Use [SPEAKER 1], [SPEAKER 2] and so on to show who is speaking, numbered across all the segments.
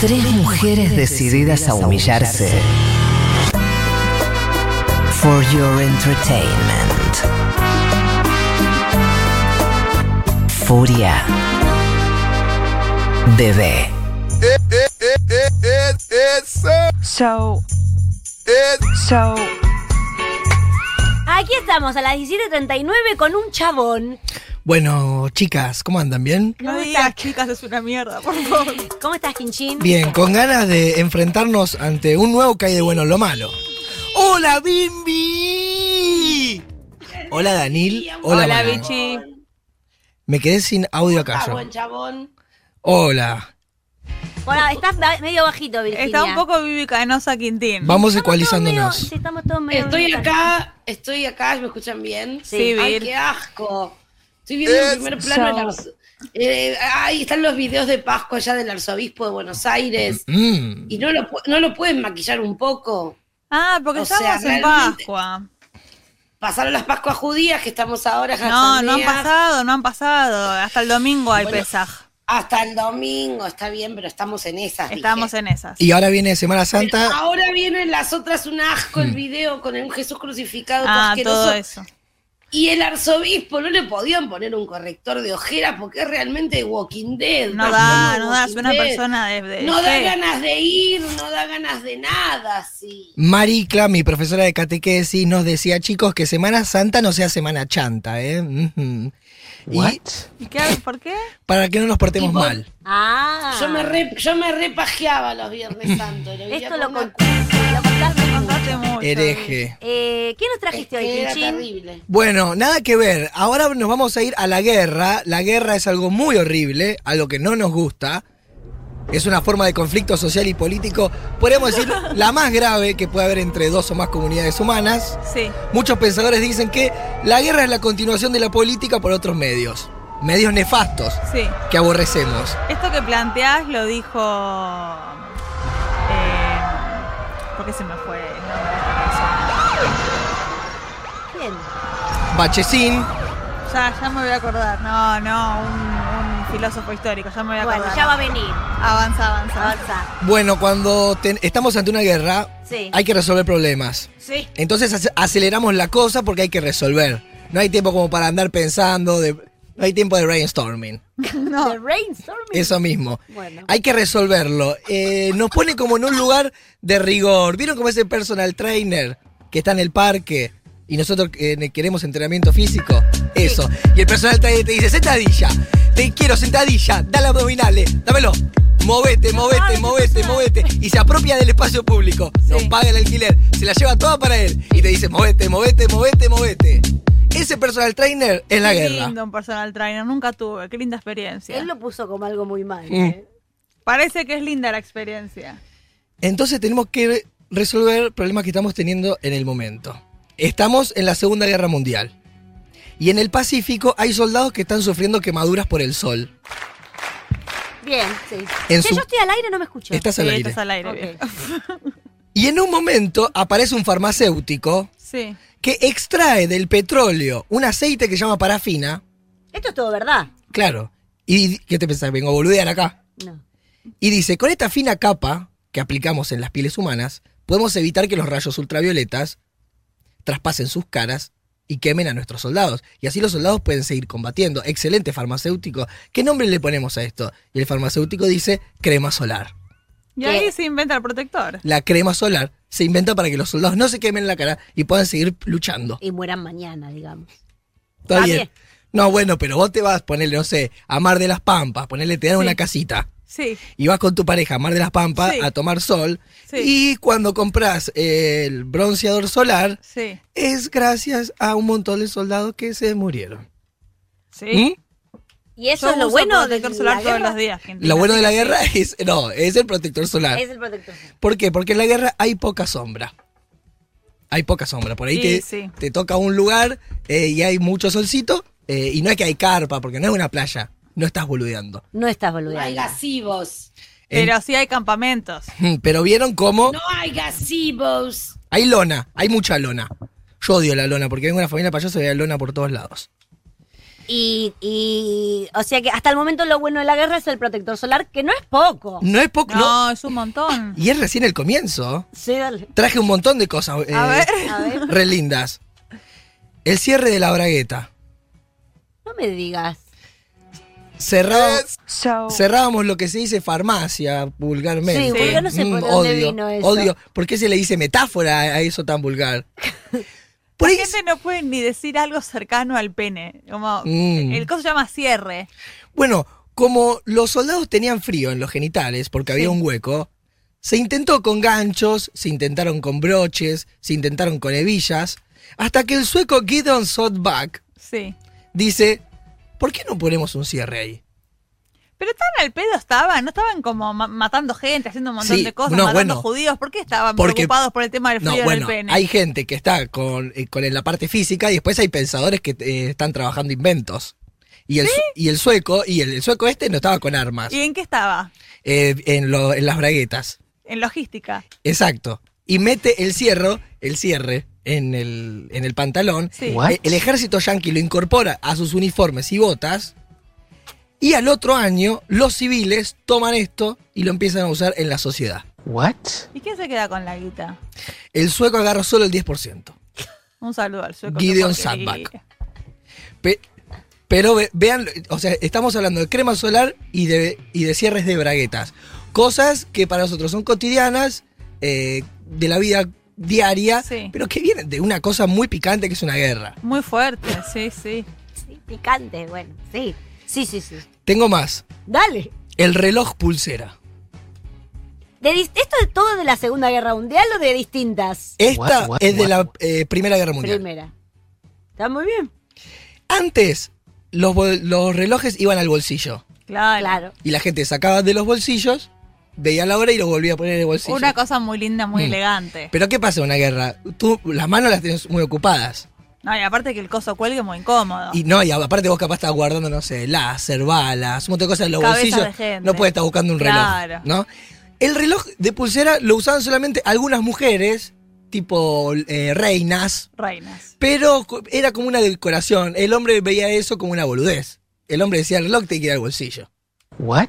[SPEAKER 1] Tres mujeres decididas a humillarse. For your entertainment. Furia. Bebé.
[SPEAKER 2] So. So.
[SPEAKER 3] Aquí estamos a las 17.39 con un chabón.
[SPEAKER 4] Bueno, chicas, ¿cómo andan? ¿Bien?
[SPEAKER 2] No digas, chicas, es una mierda, por favor.
[SPEAKER 3] ¿Cómo estás, Quinchín?
[SPEAKER 4] Bien, con ganas de enfrentarnos ante un nuevo que hay de bueno en lo malo. ¡Hola, Bimbi! Hola, Danil. Hola,
[SPEAKER 5] Hola,
[SPEAKER 4] Manuel.
[SPEAKER 5] Bichi.
[SPEAKER 4] Me quedé sin audio acá
[SPEAKER 5] Ah,
[SPEAKER 4] yo.
[SPEAKER 5] buen chabón.
[SPEAKER 4] Hola.
[SPEAKER 3] Bueno, estás ba- medio bajito, Virginia.
[SPEAKER 2] Está un poco Vivi Canosa Quintín.
[SPEAKER 4] Vamos
[SPEAKER 3] Estamos todos medio-
[SPEAKER 4] ecualizándonos.
[SPEAKER 3] sí, estamos todos medio
[SPEAKER 5] Estoy
[SPEAKER 3] bonitas.
[SPEAKER 5] acá, estoy acá, ¿me escuchan bien?
[SPEAKER 2] Sí,
[SPEAKER 5] Ay,
[SPEAKER 2] Vir.
[SPEAKER 5] qué asco. Estoy viendo el primer plano del arzo- eh, Ahí están los videos de Pascua ya del arzobispo de Buenos Aires.
[SPEAKER 4] Mm.
[SPEAKER 5] Y no lo, pu- no lo pueden maquillar un poco.
[SPEAKER 2] Ah, porque
[SPEAKER 5] O
[SPEAKER 2] estamos
[SPEAKER 5] sea,
[SPEAKER 2] en
[SPEAKER 5] realmente-
[SPEAKER 2] Pascua.
[SPEAKER 5] Pasaron las Pascuas judías que estamos ahora.
[SPEAKER 2] No, no han
[SPEAKER 5] jazandeas,
[SPEAKER 2] pasado, no han pasado. Hasta el domingo hay Pesaj.
[SPEAKER 5] Hasta el domingo, está bien, pero estamos en esas. dije.
[SPEAKER 2] Estamos en esas.
[SPEAKER 4] Y ahora viene Semana Santa.
[SPEAKER 5] Ahora vienen las otras, un asco el video con un Jesús crucificado.
[SPEAKER 2] Mm. Ah,
[SPEAKER 5] asqueroso.
[SPEAKER 2] todo eso.
[SPEAKER 5] Y el arzobispo no le podían poner un corrector de ojeras porque es realmente Walking Dead.
[SPEAKER 2] No da,
[SPEAKER 5] Batman
[SPEAKER 2] no
[SPEAKER 5] Walking
[SPEAKER 2] da, es una
[SPEAKER 5] Dead.
[SPEAKER 2] persona de... de-
[SPEAKER 5] No da
[SPEAKER 2] sí.
[SPEAKER 5] ganas de ir, no da ganas de nada, sí.
[SPEAKER 4] Maricla, mi profesora de catequesis, nos decía, chicos, que Semana Santa no sea Semana Chanta, ¿eh? Mhm. Y
[SPEAKER 2] ¿Y qué? ¿Por qué?
[SPEAKER 4] para que no nos portemos
[SPEAKER 5] Y vos-
[SPEAKER 4] mal.
[SPEAKER 3] Ah.
[SPEAKER 5] Yo me, re- yo me repajeaba los Viernes Santos. lo veía
[SPEAKER 3] Esto
[SPEAKER 5] con
[SPEAKER 3] lo,
[SPEAKER 5] una-
[SPEAKER 3] con... lo contaste con-
[SPEAKER 2] Contaste mucho.
[SPEAKER 4] Hereje.
[SPEAKER 3] Eh, ¿Qué nos trajiste hoy,
[SPEAKER 5] que Era
[SPEAKER 3] Quinchín?
[SPEAKER 5] terrible.
[SPEAKER 4] Bueno, nada que ver. Ahora nos vamos a ir a la guerra. La guerra es algo muy horrible, algo que no nos gusta. Es una forma de conflicto social y político, podríamos decir, la más grave que puede haber entre dos o más comunidades humanas.
[SPEAKER 2] Sí.
[SPEAKER 4] Muchos pensadores dicen que la guerra es la continuación de la política por otros medios. Medios nefastos
[SPEAKER 2] Sí.
[SPEAKER 4] que aborrecemos.
[SPEAKER 2] Esto que planteás lo dijo. Eh, ¿Por qué se me fue el nombre de esta persona?
[SPEAKER 3] Bien.
[SPEAKER 4] Bachecín,
[SPEAKER 2] Ya, ya me voy a acordar. No, no, un, un filósofo histórico. Ya me voy a acordar.
[SPEAKER 3] Bueno, ya va a venir.
[SPEAKER 2] Avanza, avanza, avanza.
[SPEAKER 3] Avanza.
[SPEAKER 4] bueno, cuando ten- estamos ante una guerra,
[SPEAKER 3] Sí.
[SPEAKER 4] hay que resolver problemas.
[SPEAKER 3] Sí.
[SPEAKER 4] Entonces ace- aceleramos la cosa porque hay que resolver. No hay tiempo como para andar pensando, de- no hay tiempo de brainstorming.
[SPEAKER 3] The rainstorming.
[SPEAKER 4] Eso mismo.
[SPEAKER 3] Bueno.
[SPEAKER 4] Hay que resolverlo. Eh, nos pone como en un lugar de rigor. ¿Vieron como ese personal trainer que está en el parque y nosotros eh, queremos entrenamiento físico? Eso. Y el personal trainer te dice, sentadilla, te quiero sentadilla, dale abdominales, dámelo. Movete, movete, movete, movete. Y se apropia del espacio público. Nos paga el alquiler. Se la lleva toda para él. Y te dice, movete, movete, movete, movete. Ese personal trainer es la
[SPEAKER 2] Qué
[SPEAKER 4] guerra.
[SPEAKER 2] lindo un personal trainer, nunca tuve, qué linda experiencia.
[SPEAKER 3] Él lo puso como algo muy mal.
[SPEAKER 4] Mm.
[SPEAKER 3] ¿eh?
[SPEAKER 2] Parece que es linda la experiencia.
[SPEAKER 4] Entonces tenemos que resolver problemas que estamos teniendo en el momento. Estamos en la Segunda Guerra Mundial. Y en el Pacífico hay soldados que están sufriendo quemaduras por el sol.
[SPEAKER 3] Bien, sí.
[SPEAKER 4] En
[SPEAKER 3] Che,
[SPEAKER 4] su-
[SPEAKER 3] yo estoy al aire, no me escucho.
[SPEAKER 4] Estás al
[SPEAKER 2] Sí,
[SPEAKER 4] aire.
[SPEAKER 2] Estás al aire.
[SPEAKER 3] Ok.
[SPEAKER 2] bien.
[SPEAKER 4] Y en un momento aparece un farmacéutico
[SPEAKER 2] Sí.
[SPEAKER 4] que extrae del petróleo un aceite que se llama parafina.
[SPEAKER 3] Esto es todo verdad.
[SPEAKER 4] Claro. ¿Y qué te pensás? Vengo a boludear acá.
[SPEAKER 3] No.
[SPEAKER 4] Y dice, con esta fina capa que aplicamos en las pieles humanas, podemos evitar que los rayos ultravioletas traspasen sus caras y quemen a nuestros soldados. Y así los soldados pueden seguir combatiendo. Excelente farmacéutico. ¿Qué nombre le ponemos a esto? Y el farmacéutico dice crema solar.
[SPEAKER 2] Y
[SPEAKER 3] ¿Qué?
[SPEAKER 2] ahí se inventa el protector.
[SPEAKER 4] La crema solar se inventa para que los soldados no se quemen la cara y puedan seguir luchando.
[SPEAKER 3] Y mueran mañana, digamos.
[SPEAKER 4] Está
[SPEAKER 3] Está
[SPEAKER 4] bien.
[SPEAKER 3] bien.
[SPEAKER 4] No, bueno, pero vos te vas, ponele, no sé, a Mar de las Pampas, ponele, te dan
[SPEAKER 2] Sí.
[SPEAKER 4] una casita.
[SPEAKER 2] Sí.
[SPEAKER 4] y vas con tu pareja a Mar de las Pampas
[SPEAKER 2] Sí.
[SPEAKER 4] a tomar sol.
[SPEAKER 2] Sí.
[SPEAKER 4] Y cuando compras eh, el bronceador solar,
[SPEAKER 2] Sí.
[SPEAKER 4] es gracias a un montón de soldados que se murieron. ¿Mm?
[SPEAKER 2] Sí.
[SPEAKER 3] ¿Y eso
[SPEAKER 2] Yo
[SPEAKER 3] es lo
[SPEAKER 2] uso
[SPEAKER 3] bueno de
[SPEAKER 2] protector solar
[SPEAKER 3] la
[SPEAKER 2] todos
[SPEAKER 3] guerra?
[SPEAKER 2] los días, gente.
[SPEAKER 4] Lo bueno de la guerra es. No, es el protector solar.
[SPEAKER 3] Es el protector.
[SPEAKER 4] ¿Por qué? Porque en la guerra hay poca sombra. Hay poca sombra. Por ahí
[SPEAKER 2] Sí,
[SPEAKER 4] te,
[SPEAKER 2] sí.
[SPEAKER 4] te toca un lugar eh, y hay mucho solcito. eh, y no es que hay carpa, porque no es una playa. No estás boludeando.
[SPEAKER 3] No estás
[SPEAKER 5] No hay
[SPEAKER 3] boludeando.
[SPEAKER 5] gasivos.
[SPEAKER 4] En-
[SPEAKER 2] Pero sí hay campamentos.
[SPEAKER 4] Mm, Pero vieron cómo.
[SPEAKER 5] No hay gasivos.
[SPEAKER 4] Hay lona, hay mucha lona. Yo odio la lona porque vengo de una familia payaso y hay lona por todos lados.
[SPEAKER 3] Y, y, o sea que hasta el momento lo bueno de la guerra es el protector solar, que no es poco.
[SPEAKER 4] No es poco. no.
[SPEAKER 2] No, es un montón.
[SPEAKER 4] Y es recién el comienzo.
[SPEAKER 3] Sí, dale.
[SPEAKER 4] Traje un montón de cosas eh,
[SPEAKER 2] A ver.
[SPEAKER 3] A ver,
[SPEAKER 4] re lindas. El cierre de la bragueta.
[SPEAKER 3] no me digas.
[SPEAKER 4] Cerraba-
[SPEAKER 3] Oh.
[SPEAKER 6] So,
[SPEAKER 4] cerrábamos lo que se dice farmacia, vulgarmente. Mm,
[SPEAKER 3] Sí, vulgar no sé por dónde
[SPEAKER 4] odio,
[SPEAKER 3] vino eso.
[SPEAKER 4] Odio. ¿Por qué se le dice metáfora a eso tan vulgar? Por ahí
[SPEAKER 2] La gente no puede ni decir algo cercano al pene. Como,
[SPEAKER 4] Mm.
[SPEAKER 2] El coso se llama cierre.
[SPEAKER 4] Bueno, como los soldados tenían frío en los genitales porque había un hueco, se intentó con ganchos, se intentaron con broches, se intentaron con hebillas, hasta que el sueco Gideon Sodback
[SPEAKER 2] Sí.
[SPEAKER 4] dice, ¿por qué no ponemos un cierre ahí?
[SPEAKER 2] Pero tan al pedo estaban, no estaban como ma- matando gente, haciendo un montón
[SPEAKER 4] Sí,
[SPEAKER 2] de cosas,
[SPEAKER 4] no,
[SPEAKER 2] matando
[SPEAKER 4] bueno.
[SPEAKER 2] judíos. ¿Por qué estaban
[SPEAKER 4] Porque-
[SPEAKER 2] preocupados por el tema del frío
[SPEAKER 4] No,
[SPEAKER 2] en
[SPEAKER 4] bueno,
[SPEAKER 2] el pene?
[SPEAKER 4] hay gente que está con, eh, con la parte física y después hay pensadores que eh, están trabajando inventos. Y el, su- y el sueco, y el, el sueco este no estaba con armas,
[SPEAKER 2] ¿Y en qué estaba?
[SPEAKER 4] eh, en, lo- en las braguetas.
[SPEAKER 2] En logística.
[SPEAKER 4] Exacto. Y mete el cierre, el cierre en el, en el pantalón.
[SPEAKER 2] Sí.
[SPEAKER 1] What?
[SPEAKER 4] E- El ejército yanqui lo incorpora a sus uniformes y botas. Y al otro año, los civiles toman esto y lo empiezan a usar en la sociedad.
[SPEAKER 1] What?
[SPEAKER 2] ¿Y quién se queda con la guita?
[SPEAKER 4] El sueco agarra solo el 10%.
[SPEAKER 2] Un saludo al sueco.
[SPEAKER 4] Gideon
[SPEAKER 2] qué porquería.
[SPEAKER 4] Sandback. Pe- pero ve- vean, o sea, estamos hablando de crema solar y de, y de cierres de braguetas. Cosas que para nosotros son cotidianas, eh, de la vida diaria,
[SPEAKER 2] Sí.
[SPEAKER 4] pero que vienen de una cosa muy picante que es una guerra.
[SPEAKER 2] Muy fuerte, sí, sí.
[SPEAKER 3] Sí, picante, bueno, sí. Sí, sí, sí.
[SPEAKER 4] Tengo más.
[SPEAKER 3] Dale.
[SPEAKER 4] El reloj pulsera.
[SPEAKER 3] De dis- ¿Esto es todo de la Segunda Guerra Mundial o de distintas?
[SPEAKER 4] Esta
[SPEAKER 1] What, what,
[SPEAKER 4] es de
[SPEAKER 1] what,
[SPEAKER 4] la eh, Primera Guerra Mundial.
[SPEAKER 3] Primera. Está muy bien.
[SPEAKER 4] Antes, los, bol- los relojes iban al bolsillo.
[SPEAKER 2] Claro.
[SPEAKER 3] Claro.
[SPEAKER 4] Y la gente sacaba de los bolsillos, veía la hora y lo volvía a poner en el bolsillo.
[SPEAKER 2] Una cosa muy linda, muy
[SPEAKER 4] Mm.
[SPEAKER 2] elegante.
[SPEAKER 4] Pero ¿qué pasa en una guerra? Tú las manos las tienes muy ocupadas.
[SPEAKER 2] No, y aparte que el coso cuelgue muy incómodo.
[SPEAKER 4] Y no, y aparte vos capaz estás guardando, no sé, láser, balas, un montón de cosas en los
[SPEAKER 2] Cabezas
[SPEAKER 4] bolsillos.
[SPEAKER 2] de gente.
[SPEAKER 4] No puedes estar buscando un reloj.
[SPEAKER 2] Claro.
[SPEAKER 4] ¿No? El reloj de pulsera lo usaban solamente algunas mujeres, tipo eh, reinas,
[SPEAKER 2] Reinas.
[SPEAKER 4] pero co- era como una decoración. El hombre veía eso como una boludez. El hombre decía, el reloj te queda al bolsillo.
[SPEAKER 1] What?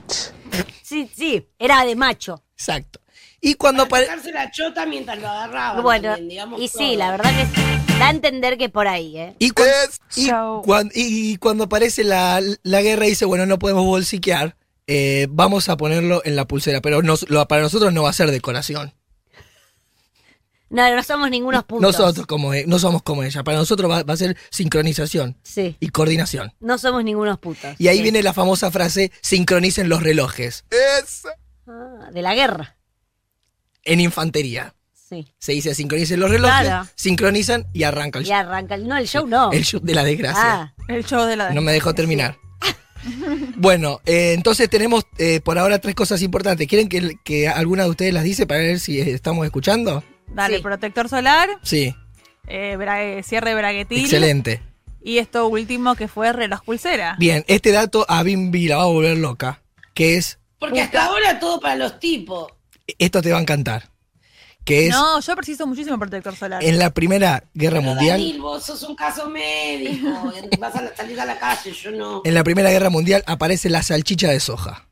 [SPEAKER 3] Sí, sí. Era de macho.
[SPEAKER 4] Exacto. Y cuando
[SPEAKER 5] Para
[SPEAKER 4] apare-
[SPEAKER 5] sacarse la chota mientras lo agarraban.
[SPEAKER 3] Bueno,
[SPEAKER 5] también, Ah, digamos
[SPEAKER 3] y
[SPEAKER 5] todo.
[SPEAKER 3] sí, la verdad que sí. da a entender que por ahí, ¿eh?
[SPEAKER 4] Y, cuan- y
[SPEAKER 6] So-
[SPEAKER 4] cuan- y cuando aparece la, la guerra dice, bueno, no podemos bolsiquear, eh, vamos a ponerlo en la pulsera, pero nos- lo- para nosotros no va a ser decoración.
[SPEAKER 3] No, no somos ningunos puntos.
[SPEAKER 4] Nosotros como, e- no somos como ella, para nosotros va, va a ser sincronización
[SPEAKER 3] Sí.
[SPEAKER 4] y coordinación.
[SPEAKER 3] No somos ningunos putos.
[SPEAKER 4] Y ahí
[SPEAKER 3] Sí.
[SPEAKER 4] viene la famosa frase, sincronicen los relojes,
[SPEAKER 3] Ah, de la guerra.
[SPEAKER 4] en infantería.
[SPEAKER 3] Sí.
[SPEAKER 4] Se dice, sincronicen los relojes,
[SPEAKER 3] Claro.
[SPEAKER 4] sincronizan y arranca el,
[SPEAKER 3] Y arranca. el- No, el show no.
[SPEAKER 4] el show de la desgracia.
[SPEAKER 3] Ah,
[SPEAKER 2] El show de la
[SPEAKER 4] No me dejó terminar. Bueno, eh, entonces tenemos eh, por ahora tres cosas importantes. ¿Quieren que, que alguna de ustedes las dice para ver si eh, estamos escuchando?
[SPEAKER 2] Dale,
[SPEAKER 3] Sí.
[SPEAKER 2] protector solar,
[SPEAKER 4] Sí,
[SPEAKER 2] eh, bra- eh, cierre braguetil.
[SPEAKER 4] excelente.
[SPEAKER 2] Y esto último que fue reloj pulsera.
[SPEAKER 4] Bien, este dato a Bimbi la va a volver loca, que es,
[SPEAKER 5] Porque hasta ahora todo para los tipos.
[SPEAKER 4] esto te va a encantar, que es
[SPEAKER 2] No, yo preciso muchísimo protector solar.
[SPEAKER 4] en la Primera Guerra
[SPEAKER 5] Pero
[SPEAKER 4] Mundial.
[SPEAKER 5] Daniel, vos sos un caso médico. y Vas a salir a la calle, yo no.
[SPEAKER 4] En la Primera Guerra Mundial aparece la salchicha de soja.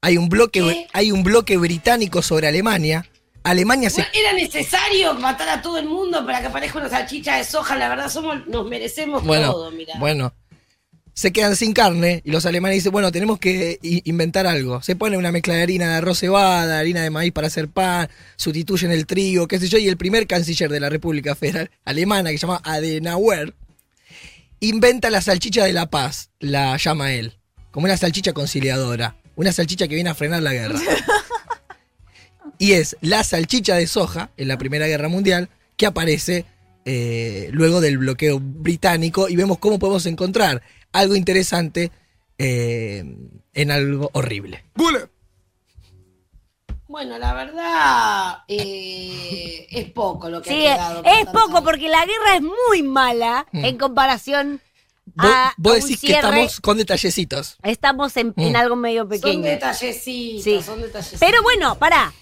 [SPEAKER 4] Hay un bloque,
[SPEAKER 5] ¿Qué?
[SPEAKER 4] hay un bloque británico sobre Alemania. Alemania se
[SPEAKER 5] Bueno, Era necesario matar a todo el mundo para que aparezca una salchicha de soja. La verdad, somos, nos merecemos
[SPEAKER 4] Bueno,
[SPEAKER 5] todo, mirá.
[SPEAKER 4] bueno. Se quedan sin carne y los alemanes dicen, bueno, tenemos que i- inventar algo. Se pone una mezcla de harina de arroz cebada, harina de maíz para hacer pan, sustituyen el trigo, qué sé yo, y el primer canciller de la República Federal Alemana, que se llama Adenauer, inventa la salchicha de la paz, la llama él, como una salchicha conciliadora, una salchicha que viene a frenar la guerra. y es la salchicha de soja en la Primera Guerra Mundial que aparece eh, luego del bloqueo británico y vemos cómo podemos encontrar algo interesante eh, en algo horrible.
[SPEAKER 5] Bueno, la verdad, eh, es poco lo que
[SPEAKER 3] sí,
[SPEAKER 5] ha
[SPEAKER 3] es, es
[SPEAKER 5] quedado. por tanto.
[SPEAKER 3] poco porque la guerra es muy mala
[SPEAKER 4] Mm.
[SPEAKER 3] en comparación
[SPEAKER 4] Vos,
[SPEAKER 3] a
[SPEAKER 4] vos
[SPEAKER 3] a Ah, un
[SPEAKER 4] decís que
[SPEAKER 3] cierre.
[SPEAKER 4] estamos con detallecitos.
[SPEAKER 3] Estamos en, en
[SPEAKER 4] Mm.
[SPEAKER 3] algo medio
[SPEAKER 5] Son
[SPEAKER 3] pequeño.
[SPEAKER 5] detallecitos,
[SPEAKER 3] Sí.
[SPEAKER 5] son detallecitos.
[SPEAKER 3] Pero bueno, pará.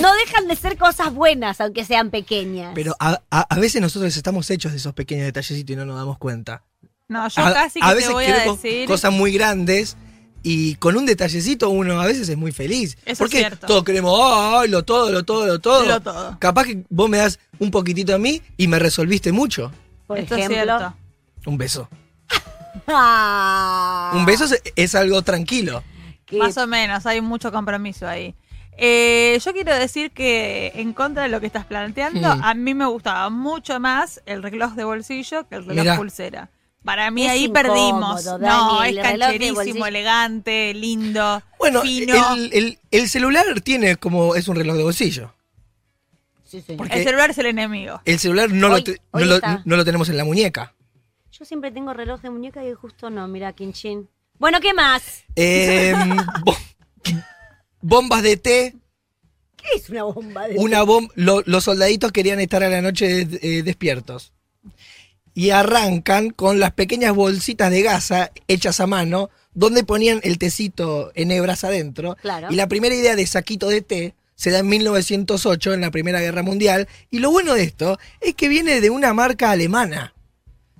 [SPEAKER 3] No dejan de ser cosas buenas, aunque sean pequeñas.
[SPEAKER 4] Pero a, a- a veces nosotros estamos hechos de esos pequeños detallecitos y no nos damos cuenta.
[SPEAKER 2] No, yo casi que
[SPEAKER 4] a
[SPEAKER 2] te
[SPEAKER 4] veces
[SPEAKER 2] voy a
[SPEAKER 4] queremos
[SPEAKER 2] decir.
[SPEAKER 4] cosas muy grandes y con un detallecito uno a veces es muy feliz.
[SPEAKER 2] Eso es
[SPEAKER 4] Porque
[SPEAKER 2] cierto.
[SPEAKER 4] todos queremos oh, oh, lo todo, lo todo, lo todo.
[SPEAKER 2] Lo todo.
[SPEAKER 4] Capaz que vos me das un poquitito a mí y me resolviste mucho.
[SPEAKER 3] Por
[SPEAKER 2] Esto es
[SPEAKER 3] ejemplo.
[SPEAKER 2] cierto.
[SPEAKER 4] Un beso.
[SPEAKER 3] Ah,
[SPEAKER 4] Un beso es, es algo tranquilo.
[SPEAKER 3] qué
[SPEAKER 2] Más o menos, hay mucho compromiso ahí. Eh, yo quiero decir que en contra de lo que estás planteando,
[SPEAKER 4] Mm.
[SPEAKER 2] a mí me gustaba mucho más el reloj de bolsillo que el reloj
[SPEAKER 4] Mirá.
[SPEAKER 2] pulsera. Para mí
[SPEAKER 3] Es
[SPEAKER 2] ahí
[SPEAKER 3] incómodo,
[SPEAKER 2] perdimos. no,
[SPEAKER 3] Dani,
[SPEAKER 2] es
[SPEAKER 3] el reloj de
[SPEAKER 2] cancherísimo,
[SPEAKER 3] bolsillo.
[SPEAKER 2] elegante, lindo,
[SPEAKER 4] Bueno,
[SPEAKER 2] fino.
[SPEAKER 4] el, el- el celular tiene como es un reloj de bolsillo.
[SPEAKER 3] Sí, señor.
[SPEAKER 4] Porque
[SPEAKER 2] El celular es el enemigo.
[SPEAKER 4] el celular no, lo,
[SPEAKER 3] Hoy-
[SPEAKER 4] te-
[SPEAKER 3] hoy
[SPEAKER 4] no lo-
[SPEAKER 3] está.
[SPEAKER 4] no lo tenemos en la muñeca.
[SPEAKER 3] Yo siempre tengo reloj de muñeca y justo no, mira, Quinchín. Bueno, ¿qué más?
[SPEAKER 4] Em, bo- bombas de té,
[SPEAKER 3] ¿Qué es una bomba de
[SPEAKER 4] una bom- lo- los soldaditos querían estar a la noche eh, despiertos. Y arrancan con las pequeñas bolsitas de gasa hechas a mano, donde ponían el tecito en hebras adentro.
[SPEAKER 3] Claro.
[SPEAKER 4] Y la primera idea de saquito de té se da en 1908, en la Primera Guerra Mundial. Y lo bueno de esto es que viene de una marca alemana.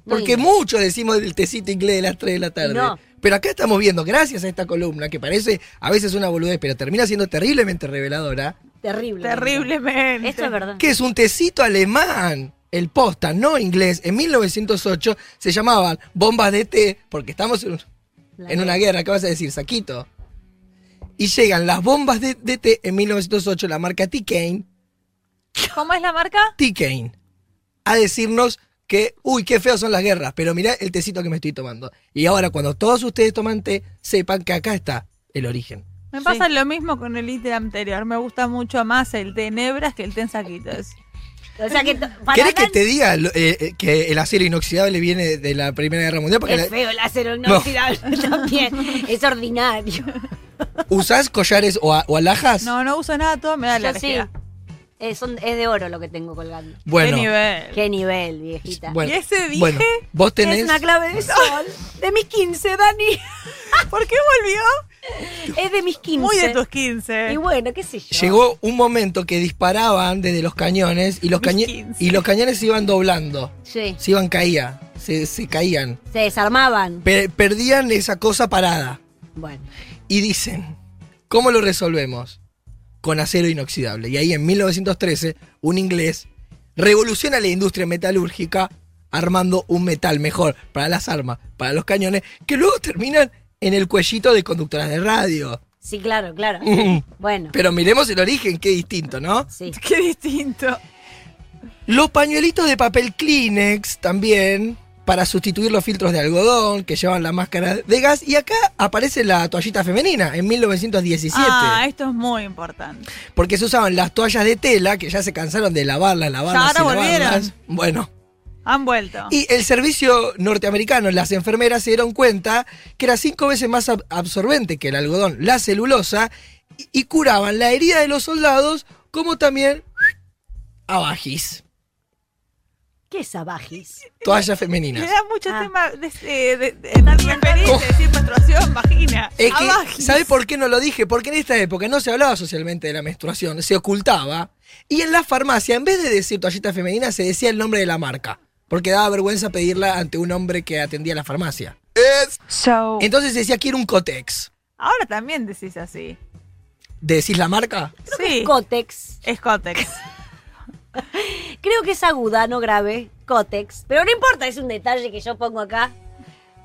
[SPEAKER 3] No,
[SPEAKER 4] Porque
[SPEAKER 3] y-
[SPEAKER 4] mucho decimos del tecito inglés de las 3 de la tarde.
[SPEAKER 3] No.
[SPEAKER 4] Pero acá estamos viendo, gracias a esta columna, que parece a veces una boludez, pero termina siendo terriblemente reveladora,
[SPEAKER 3] Terrible.
[SPEAKER 2] Terriblemente.
[SPEAKER 3] Esto es verdad.
[SPEAKER 4] que es un tecito alemán. El posta, no inglés, en 1908 se llamaban bombas de té, porque estamos en,
[SPEAKER 3] La
[SPEAKER 4] en una
[SPEAKER 3] verdad.
[SPEAKER 4] guerra, ¿qué vas a decir, Saquito? Y llegan las bombas de, de té en 1908, la marca T-Kane,
[SPEAKER 2] ¿Cómo es la marca?
[SPEAKER 4] T-Kane a decirnos que, uy, qué feos son las guerras, pero mirá el tecito que me estoy tomando. Y ahora, cuando todos ustedes toman té, sepan que acá está el origen.
[SPEAKER 2] Me
[SPEAKER 3] Sí.
[SPEAKER 2] pasa lo mismo con el ítem anterior. Me gusta mucho más el té en hebras que el té en saquitos.
[SPEAKER 3] O sea que. to- para
[SPEAKER 4] ¿Querés que
[SPEAKER 3] Dan-
[SPEAKER 4] te diga lo- eh, eh, que el acero inoxidable viene de la Primera Guerra Mundial? Porque
[SPEAKER 3] Es
[SPEAKER 4] la-
[SPEAKER 3] feo el acero inoxidable también. Es ordinario.
[SPEAKER 4] usás collares o, a- o alhajas.
[SPEAKER 2] No, no uso nada, todo me da
[SPEAKER 3] Yo sí.
[SPEAKER 2] alergia.
[SPEAKER 3] Es, un- Eh, es de oro lo que tengo colgando.
[SPEAKER 4] bueno,
[SPEAKER 2] Qué nivel.
[SPEAKER 3] Qué nivel, viejita.
[SPEAKER 4] bueno,
[SPEAKER 2] ¿Y ese dije?
[SPEAKER 4] bueno, vos tenés.
[SPEAKER 3] Es una clave de sol. De mis 15, Dani.
[SPEAKER 2] ¿Por qué volvió?
[SPEAKER 3] Es de mis 15.
[SPEAKER 2] Muy de tus 15.
[SPEAKER 3] Y bueno, qué sé yo.
[SPEAKER 4] Llegó un momento que disparaban desde los cañones y los,
[SPEAKER 2] Mis
[SPEAKER 4] cañe-
[SPEAKER 2] 15.
[SPEAKER 4] y los cañones se iban doblando,
[SPEAKER 3] Sí.
[SPEAKER 4] se iban caía, se, se caían,
[SPEAKER 3] Se desarmaban.
[SPEAKER 4] Per- perdían esa cosa parada.
[SPEAKER 3] Bueno.
[SPEAKER 4] y dicen, ¿cómo lo resolvemos? Con acero inoxidable. Y ahí en 1913, un inglés revoluciona la industria metalúrgica armando un metal mejor para las armas, para los cañones, que luego terminan en el cuellito de conductoras de radio.
[SPEAKER 3] Sí, claro, claro.
[SPEAKER 4] Mm.
[SPEAKER 3] Bueno.
[SPEAKER 4] Pero miremos el origen, qué distinto, ¿no?
[SPEAKER 3] Sí.
[SPEAKER 2] Qué distinto.
[SPEAKER 4] Los pañuelitos de papel Kleenex también, para sustituir los filtros de algodón que llevan la máscara de gas. Y acá aparece la toallita femenina en 1917.
[SPEAKER 2] Ah, esto es muy importante.
[SPEAKER 4] Porque se usaban las toallas de tela, que ya se cansaron de lavarlas, lavarlas
[SPEAKER 2] Ya ahora
[SPEAKER 4] y lavarlas.
[SPEAKER 2] volvieron. Ah.
[SPEAKER 4] Bueno.
[SPEAKER 2] Han vuelto.
[SPEAKER 4] Y el servicio norteamericano, las enfermeras se dieron cuenta que era cinco veces más ab- absorbente que el algodón, la celulosa, y, y curaban la herida de los soldados, como también ah, abajis,
[SPEAKER 3] ¿Qué es abajis?
[SPEAKER 4] toallas
[SPEAKER 2] Le
[SPEAKER 4] femeninas.
[SPEAKER 2] da mucho
[SPEAKER 3] Ah.
[SPEAKER 2] tema de, eh, de, de- de- referirse,
[SPEAKER 4] ¿Cómo?
[SPEAKER 2] decir menstruación, vagina.
[SPEAKER 4] Es que,
[SPEAKER 2] abajis.
[SPEAKER 4] ¿Sabes por qué no lo dije? Porque en esta época no se hablaba socialmente de la menstruación, se ocultaba. Y en la farmacia, en vez de decir toallita femenina, se decía el nombre de la marca. Porque daba vergüenza pedirla ante un hombre que atendía la farmacia.
[SPEAKER 2] So-
[SPEAKER 4] Entonces se decía, quiero un Cotex.
[SPEAKER 2] Ahora también decís así.
[SPEAKER 4] ¿Decís la marca?
[SPEAKER 2] Sí.
[SPEAKER 3] Cotex.
[SPEAKER 2] Es Cotex.
[SPEAKER 3] Creo que es aguda, no grave. Cotex. Pero no importa, es un detalle que yo pongo acá.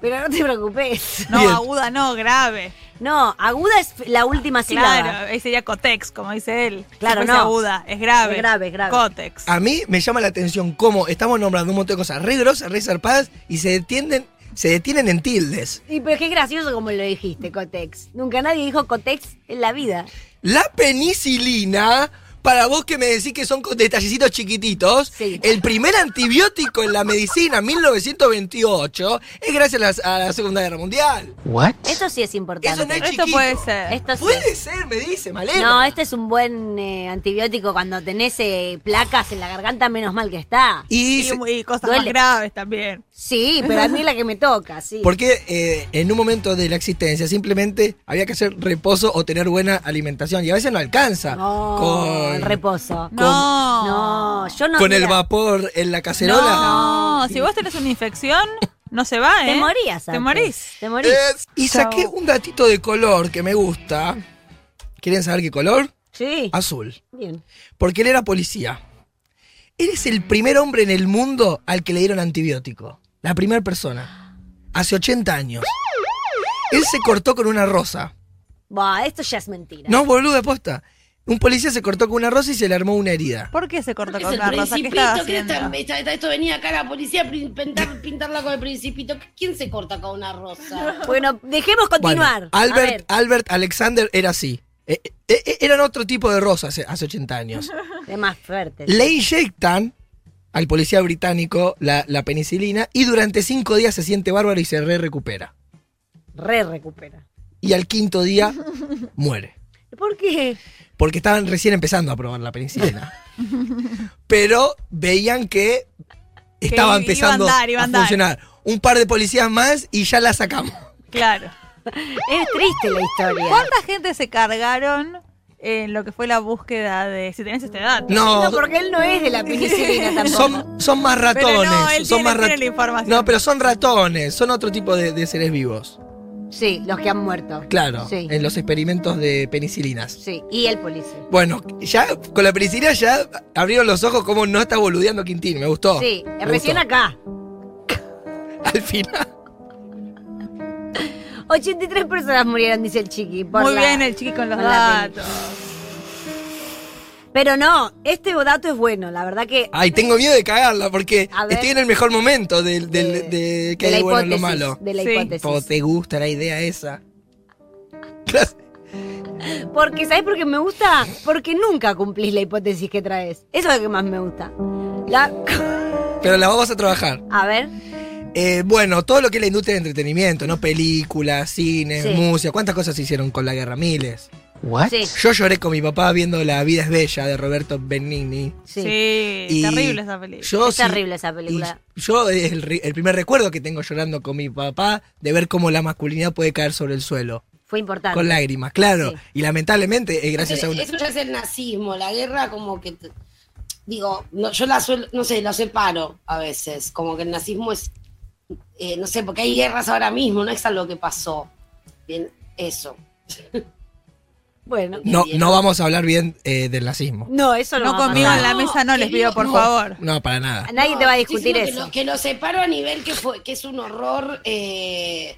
[SPEAKER 3] Pero no te preocupes.
[SPEAKER 2] No,
[SPEAKER 4] Bien.
[SPEAKER 2] aguda, no, grave.
[SPEAKER 3] No, aguda es la última sílaba.
[SPEAKER 2] Claro, ahí sería Cotex, como dice él.
[SPEAKER 3] Claro,
[SPEAKER 2] Si fuese
[SPEAKER 3] no.
[SPEAKER 2] aguda, es grave.
[SPEAKER 3] Es grave, es grave.
[SPEAKER 2] Cotex.
[SPEAKER 4] A mí me llama la atención cómo estamos nombrando un montón de cosas re grosas, re zarpadas y se detienen, se detienen en tildes.
[SPEAKER 3] Y pero es que es gracioso como lo dijiste, Cotex. Nunca nadie dijo Cotex en la vida.
[SPEAKER 4] La penicilina, para vos que me decís que son con detallecitos chiquititos,
[SPEAKER 3] Sí.
[SPEAKER 4] el primer antibiótico en la medicina, 1928, es gracias a las- a la, Segunda Guerra Mundial.
[SPEAKER 3] Eso sí es importante.
[SPEAKER 4] Eso no es
[SPEAKER 2] Esto
[SPEAKER 4] chiquito.
[SPEAKER 2] puede ser.
[SPEAKER 3] Esto sí.
[SPEAKER 4] Puede ser, me dice Malena.
[SPEAKER 3] No, este es un buen eh, antibiótico cuando tenés eh, placas en la garganta, menos mal que está.
[SPEAKER 4] Y
[SPEAKER 2] Y,
[SPEAKER 4] se-
[SPEAKER 2] y cosas más
[SPEAKER 3] Duele.
[SPEAKER 2] graves también.
[SPEAKER 3] Sí, pero a mí es la que me toca, sí.
[SPEAKER 4] Porque eh, en un momento de la existencia simplemente había que hacer reposo o tener buena alimentación. Y a veces no alcanza.
[SPEAKER 3] No, el reposo.
[SPEAKER 2] No.
[SPEAKER 3] No, yo no.
[SPEAKER 4] con el
[SPEAKER 3] mira,
[SPEAKER 4] vapor en la cacerola.
[SPEAKER 2] No, si vos tenés una infección, No se va, ¿eh?
[SPEAKER 3] Te morías.
[SPEAKER 2] Te
[SPEAKER 3] antes,
[SPEAKER 2] morís.
[SPEAKER 3] Te morís.
[SPEAKER 6] Es-
[SPEAKER 4] Y saqué un datito de color que me gusta. ¿Quieren saber qué color?
[SPEAKER 3] Sí.
[SPEAKER 4] Azul.
[SPEAKER 3] Bien.
[SPEAKER 4] Porque él era policía. Él es el primer hombre en el mundo al que le dieron antibiótico. La primera persona. Hace 80 años. Él se cortó con una rosa.
[SPEAKER 3] Buah, esto ya es mentira.
[SPEAKER 4] No, boludo, aposta. Un policía se cortó con una rosa y se le armó una herida.
[SPEAKER 2] ¿Por qué se cortó
[SPEAKER 5] Es
[SPEAKER 2] con
[SPEAKER 5] el
[SPEAKER 2] la rosa? ¿Qué estaba
[SPEAKER 5] principito, ¿qué
[SPEAKER 2] haciendo?
[SPEAKER 5] está- está- está- esto venía acá la policía a pin- pintar- pintarla con el principito. ¿Quién se corta con una rosa?
[SPEAKER 3] Bueno, dejemos
[SPEAKER 4] Bueno,
[SPEAKER 3] continuar. A
[SPEAKER 4] Albert,
[SPEAKER 3] ver.
[SPEAKER 4] Albert Alexander era así. Eh, eh, eh, eran otro tipo de rosas hace, hace 80 años.
[SPEAKER 3] Es más fuerte.
[SPEAKER 4] Le inyectan al policía británico la, la penicilina y durante cinco días se siente bárbaro y se re recupera.
[SPEAKER 3] Re recupera.
[SPEAKER 4] Y al quinto día muere.
[SPEAKER 3] ¿Por qué?
[SPEAKER 4] Porque estaban recién empezando a probar la penicilina. Pero veían que estaba
[SPEAKER 2] Que iba a
[SPEAKER 4] empezando a,
[SPEAKER 2] andar, iba a andar.
[SPEAKER 4] funcionar. Un par de policías más y ya la sacamos.
[SPEAKER 2] Claro.
[SPEAKER 3] Es triste la historia.
[SPEAKER 2] ¿Cuánta gente se cargaron en lo que fue la búsqueda de si tenés esta edad?
[SPEAKER 4] No,
[SPEAKER 3] No, porque él no es de la penicilina tampoco.
[SPEAKER 4] son, son más ratones.
[SPEAKER 2] Pero no, él
[SPEAKER 4] son
[SPEAKER 2] tiene-
[SPEAKER 4] más rat-
[SPEAKER 2] tiene la información.
[SPEAKER 4] No, pero son ratones, son otro tipo de, de seres vivos.
[SPEAKER 3] Sí, los que han muerto.
[SPEAKER 4] Claro,
[SPEAKER 3] Sí.
[SPEAKER 4] en los experimentos de penicilinas.
[SPEAKER 3] Sí, y el policía.
[SPEAKER 4] Bueno, ya con la penicilina ya abrieron los ojos como no está boludeando Quintín, me gustó.
[SPEAKER 3] Sí,
[SPEAKER 4] Oh, me
[SPEAKER 3] recién
[SPEAKER 4] gustó.
[SPEAKER 3] acá.
[SPEAKER 4] Al final.
[SPEAKER 3] 83 personas murieron, dice el chiqui. por
[SPEAKER 2] Muy
[SPEAKER 3] la-
[SPEAKER 2] bien eh. el chiqui con los
[SPEAKER 3] por la peli.
[SPEAKER 2] datos.
[SPEAKER 3] Pero no, este dato es bueno, la verdad que.
[SPEAKER 4] Ay, tengo miedo de cagarla porque
[SPEAKER 3] A ver.
[SPEAKER 4] estoy en el mejor momento del, del- de que
[SPEAKER 3] de la
[SPEAKER 4] hay bueno en lo
[SPEAKER 3] hipótesis,
[SPEAKER 4] malo.
[SPEAKER 3] De la
[SPEAKER 2] Sí.
[SPEAKER 3] hipótesis.
[SPEAKER 4] Como te gusta la idea esa. Gracias.
[SPEAKER 3] Porque, ¿sabes por qué me gusta? Porque nunca cumplís la hipótesis que traes. Eso es lo que más me gusta. La-
[SPEAKER 4] Pero la vamos a trabajar.
[SPEAKER 3] A ver,
[SPEAKER 4] Eh, bueno, todo lo que es la industria del entretenimiento, ¿no? Películas, cine,
[SPEAKER 3] Sí.
[SPEAKER 4] música. ¿Cuántas cosas se hicieron con la guerra? Miles.
[SPEAKER 3] sí,
[SPEAKER 4] Yo lloré con mi papá viendo La vida es bella de Roberto Benigni.
[SPEAKER 3] sí.
[SPEAKER 2] Sí,
[SPEAKER 4] Y
[SPEAKER 2] terrible esa película.
[SPEAKER 4] Yo
[SPEAKER 3] Es
[SPEAKER 4] sí-
[SPEAKER 3] terrible esa película.
[SPEAKER 4] y yo es el, ri- el primer recuerdo que tengo llorando con mi papá de ver cómo la masculinidad puede caer sobre el suelo.
[SPEAKER 3] Fue importante.
[SPEAKER 4] Con lágrimas, claro.
[SPEAKER 3] Sí.
[SPEAKER 4] Y lamentablemente es gracias a una...
[SPEAKER 5] Eso ya es el nazismo, la guerra como que... te- Digo, no, yo la suelo, no sé, la separo a veces, como que el nazismo es... eh, no sé, porque hay guerras ahora mismo, no es algo que pasó. Bien, eso.
[SPEAKER 3] Bueno.
[SPEAKER 4] No, no vamos a hablar bien eh, del nazismo.
[SPEAKER 3] No, eso no.
[SPEAKER 2] No
[SPEAKER 3] va a
[SPEAKER 2] conmigo en
[SPEAKER 3] pasar.
[SPEAKER 2] la mesa, no les pido, por
[SPEAKER 5] No.
[SPEAKER 2] favor.
[SPEAKER 4] No, para nada.
[SPEAKER 3] Nadie te va a discutir
[SPEAKER 5] estoy diciendo
[SPEAKER 3] eso.
[SPEAKER 5] Que lo, que lo separo a nivel que, fue, que es un horror eh,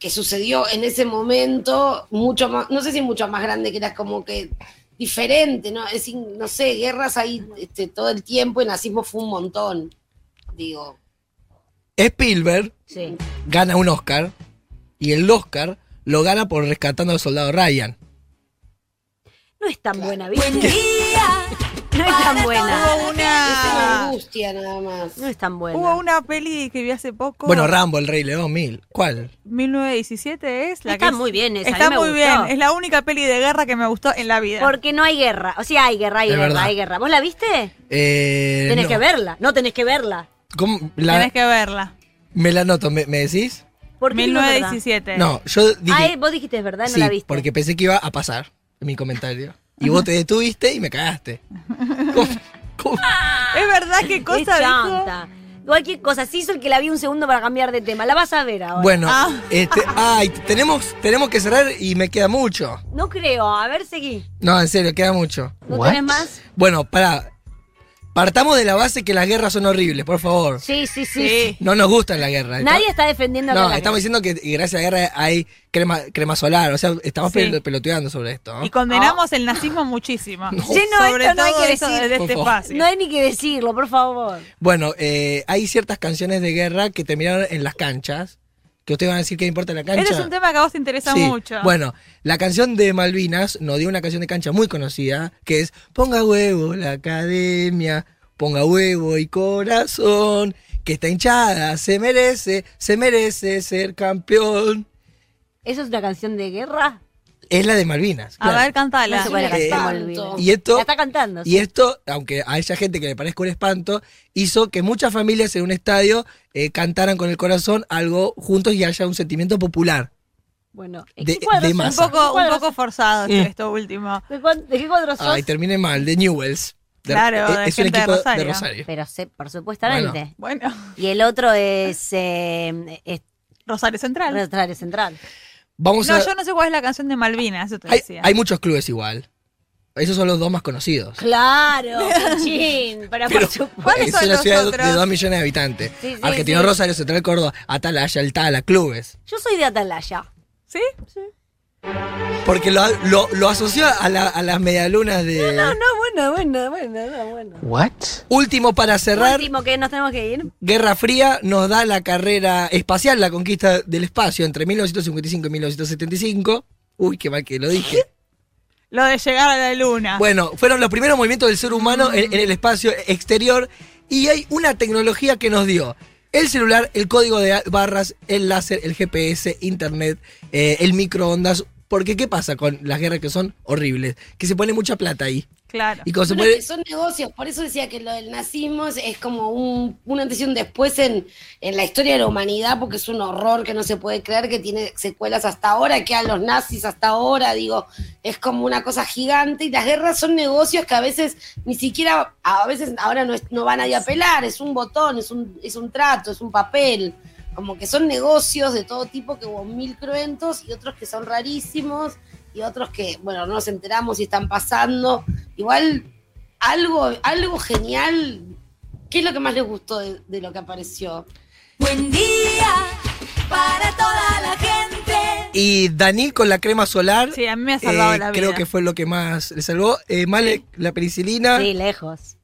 [SPEAKER 5] que sucedió en ese momento, mucho más, no sé si mucho más grande, que era como que diferente, ¿no? Es, in- no sé, guerras ahí este, todo el tiempo y nazismo fue un montón, digo.
[SPEAKER 4] Spielberg
[SPEAKER 3] Sí.
[SPEAKER 4] gana un Oscar y el Oscar lo gana por rescatando al soldado Ryan.
[SPEAKER 3] No es tan buena, ¿viste? No es tan buena.
[SPEAKER 2] Hubo
[SPEAKER 5] Es una
[SPEAKER 2] una.
[SPEAKER 5] angustia nada más.
[SPEAKER 3] No es tan buena.
[SPEAKER 2] Hubo una peli que vi hace poco.
[SPEAKER 4] Bueno, Rambo, el Rey León, mil. ¿Cuál?
[SPEAKER 2] 1917 es la
[SPEAKER 3] Está
[SPEAKER 2] que es-
[SPEAKER 3] muy bien esa, a
[SPEAKER 2] Está
[SPEAKER 3] mí me
[SPEAKER 2] muy
[SPEAKER 3] gustó.
[SPEAKER 2] bien. Es la única peli de guerra que me gustó en la vida.
[SPEAKER 3] Porque no hay guerra. O sea, hay guerra, hay
[SPEAKER 4] Es
[SPEAKER 3] guerra,
[SPEAKER 4] verdad.
[SPEAKER 3] hay guerra. ¿Vos la viste?
[SPEAKER 4] Eh,
[SPEAKER 3] Tenés
[SPEAKER 4] no.
[SPEAKER 3] que verla. No tenés que verla.
[SPEAKER 4] ¿Cómo? La-
[SPEAKER 2] Tenés que verla.
[SPEAKER 4] Me la noto, ¿me, me decís?
[SPEAKER 3] ¿Por qué no es verdad?
[SPEAKER 2] 1917.
[SPEAKER 4] No, yo dije...
[SPEAKER 3] Ah, eh, vos dijiste es verdad, no
[SPEAKER 4] sí,
[SPEAKER 3] la viste.
[SPEAKER 4] porque pensé que iba a pasar en mi comentario. Y vos te detuviste y me cagaste. ¿Cómo? ¿Cómo?
[SPEAKER 2] Es verdad que
[SPEAKER 3] Qué
[SPEAKER 2] cosa dijo.
[SPEAKER 3] chanta. Cualquier cosa. Sí, hizo el que la vi un segundo para cambiar de tema. La vas a ver ahora.
[SPEAKER 4] Bueno,
[SPEAKER 2] Ah.
[SPEAKER 4] este, ay, tenemos, tenemos que cerrar y me queda mucho.
[SPEAKER 3] No creo. A ver, seguí.
[SPEAKER 4] No, en serio, queda mucho.
[SPEAKER 3] ¿No tenés más?
[SPEAKER 4] Bueno, pará. Partamos de la base que las guerras son horribles, por favor.
[SPEAKER 3] Sí, sí, sí.
[SPEAKER 2] Sí.
[SPEAKER 4] No nos gustan las guerras.
[SPEAKER 3] Nadie está defendiendo a
[SPEAKER 4] No,
[SPEAKER 3] la
[SPEAKER 4] estamos diciendo que gracias a la guerra hay crema, crema solar. O sea, estamos
[SPEAKER 2] Sí.
[SPEAKER 4] pelo- peloteando sobre esto. ¿no?
[SPEAKER 2] Y condenamos el nazismo muchísimo.
[SPEAKER 3] Sí, no,
[SPEAKER 2] Sobre
[SPEAKER 3] esto no hay
[SPEAKER 2] todo
[SPEAKER 3] que
[SPEAKER 2] eso
[SPEAKER 3] decir.
[SPEAKER 2] de este
[SPEAKER 4] Por favor.
[SPEAKER 2] espacio.
[SPEAKER 3] No hay ni que decirlo, por favor.
[SPEAKER 4] Bueno, eh, hay ciertas canciones de guerra que terminaron en las canchas. Que ustedes van a decir que importa la cancha.
[SPEAKER 2] Este es un tema que a vos te interesa
[SPEAKER 4] Sí.
[SPEAKER 2] mucho.
[SPEAKER 4] Bueno, la canción de Malvinas nos dio una canción de cancha muy conocida, que es Ponga huevo la academia, ponga huevo y corazón, que está hinchada, se merece, se merece ser campeón.
[SPEAKER 3] ¿Eso es una canción de guerra?
[SPEAKER 4] Es la de Malvinas.
[SPEAKER 2] a
[SPEAKER 4] claro.
[SPEAKER 2] ver, cantala.
[SPEAKER 3] No sé cuál es la canción,
[SPEAKER 5] Eh,
[SPEAKER 3] me olvido.
[SPEAKER 4] Y esto,
[SPEAKER 3] La está cantando. sí.
[SPEAKER 4] y esto, aunque a esa gente que le parezca un espanto, hizo que muchas familias en un estadio eh, cantaran con el corazón algo juntos y haya un sentimiento popular.
[SPEAKER 3] Bueno,
[SPEAKER 4] de-
[SPEAKER 3] ¿qué cuadros
[SPEAKER 4] de
[SPEAKER 2] un
[SPEAKER 3] son?
[SPEAKER 4] masa.
[SPEAKER 3] ¿Qué
[SPEAKER 2] poco, un
[SPEAKER 3] cuadros
[SPEAKER 4] Eh.
[SPEAKER 2] poco forzado esto último.
[SPEAKER 3] son? ¿De, cuán- de qué cuadros sos?
[SPEAKER 4] Ay, terminé mal, de Newells.
[SPEAKER 2] Claro, de
[SPEAKER 4] es un
[SPEAKER 2] gente de
[SPEAKER 4] equipo
[SPEAKER 2] Rosario.
[SPEAKER 3] Pero sé, por supuestamente.
[SPEAKER 4] Bueno.
[SPEAKER 2] Bueno,
[SPEAKER 3] Y el otro es, eh, es
[SPEAKER 2] Rosario Central.
[SPEAKER 3] Rosario Central.
[SPEAKER 4] Vamos
[SPEAKER 2] No,
[SPEAKER 4] a.
[SPEAKER 2] yo no sé cuál es la canción de Malvinas, eso te
[SPEAKER 4] hay,
[SPEAKER 2] decía.
[SPEAKER 4] hay muchos clubes igual. Esos son los dos más conocidos.
[SPEAKER 3] Claro, chin, pero,
[SPEAKER 4] Pero
[SPEAKER 3] por supuesto.
[SPEAKER 2] ¿Cuáles
[SPEAKER 4] es
[SPEAKER 2] son
[SPEAKER 4] una
[SPEAKER 2] los
[SPEAKER 4] ciudad
[SPEAKER 2] otros?
[SPEAKER 4] de dos millones de habitantes.
[SPEAKER 3] Sí, sí,
[SPEAKER 4] Argentino
[SPEAKER 3] sí.
[SPEAKER 4] Rosario, Central Córdoba, Atalaya, El Tala, clubes.
[SPEAKER 3] Yo soy de Atalaya.
[SPEAKER 2] ¿Sí?
[SPEAKER 4] Porque lo, lo, lo asoció a, la- a las medialunas de.
[SPEAKER 3] bueno, bueno, bueno, no, bueno.
[SPEAKER 4] Último para cerrar.
[SPEAKER 3] Último que nos tenemos que ir.
[SPEAKER 4] Guerra Fría nos da la carrera espacial, la conquista del espacio entre 1955 y 1975. Uy, qué mal que lo dije.
[SPEAKER 2] Lo de llegar a la luna.
[SPEAKER 4] Bueno, fueron los primeros movimientos del ser humano en,
[SPEAKER 2] Mm.
[SPEAKER 4] en el espacio exterior y hay una tecnología que nos dio el celular, el código de a- barras, el láser, el GPS, internet, eh, el microondas. Porque, ¿qué pasa con las guerras que son horribles? Que se pone mucha plata ahí.
[SPEAKER 2] claro.
[SPEAKER 4] Y cuando se
[SPEAKER 5] Bueno,
[SPEAKER 4] pone-
[SPEAKER 5] es que son negocios, por eso decía que lo del nazismo es, es como un, un antes y un después en, en la historia de la humanidad, porque es un horror que no se puede creer, que tiene secuelas hasta ahora, que a los nazis hasta ahora, digo, es como una cosa gigante y las guerras son negocios que a veces ni siquiera, a veces ahora no, es- no va nadie a pelar, es un botón, es un, es un trato, es un papel. Como que son negocios de todo tipo que hubo mil cruentos y otros que son rarísimos y otros que, bueno, no nos enteramos si están pasando. Igual algo, algo genial. ¿Qué es lo que más les gustó de, de lo que apareció?
[SPEAKER 6] Buen día para toda la gente.
[SPEAKER 4] Y Dani con la crema solar.
[SPEAKER 2] Sí, a mí me ha salvado
[SPEAKER 4] eh,
[SPEAKER 2] la vida.
[SPEAKER 4] Creo que fue lo que más le salvó. Eh, Male, la penicilina.
[SPEAKER 3] Sí, lejos.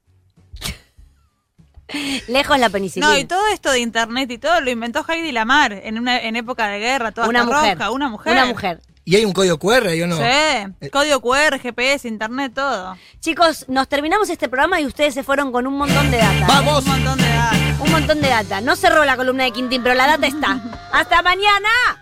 [SPEAKER 3] lejos la penicilina.
[SPEAKER 2] No, y todo esto de internet y todo lo inventó Heidi Lamar en una en época de guerra, toda
[SPEAKER 3] una mujer,
[SPEAKER 2] roja, una mujer.
[SPEAKER 3] Una mujer.
[SPEAKER 4] Y hay un código QR, ¿yo no?
[SPEAKER 2] Sí, código QR, GPS, internet, todo.
[SPEAKER 3] Chicos, nos terminamos este programa y ustedes se fueron con un montón de data.
[SPEAKER 4] ¡Vamos!
[SPEAKER 2] Un montón de datos.
[SPEAKER 3] Un montón de data. No cerró la columna de Quintín, pero la data está. ¡Hasta mañana!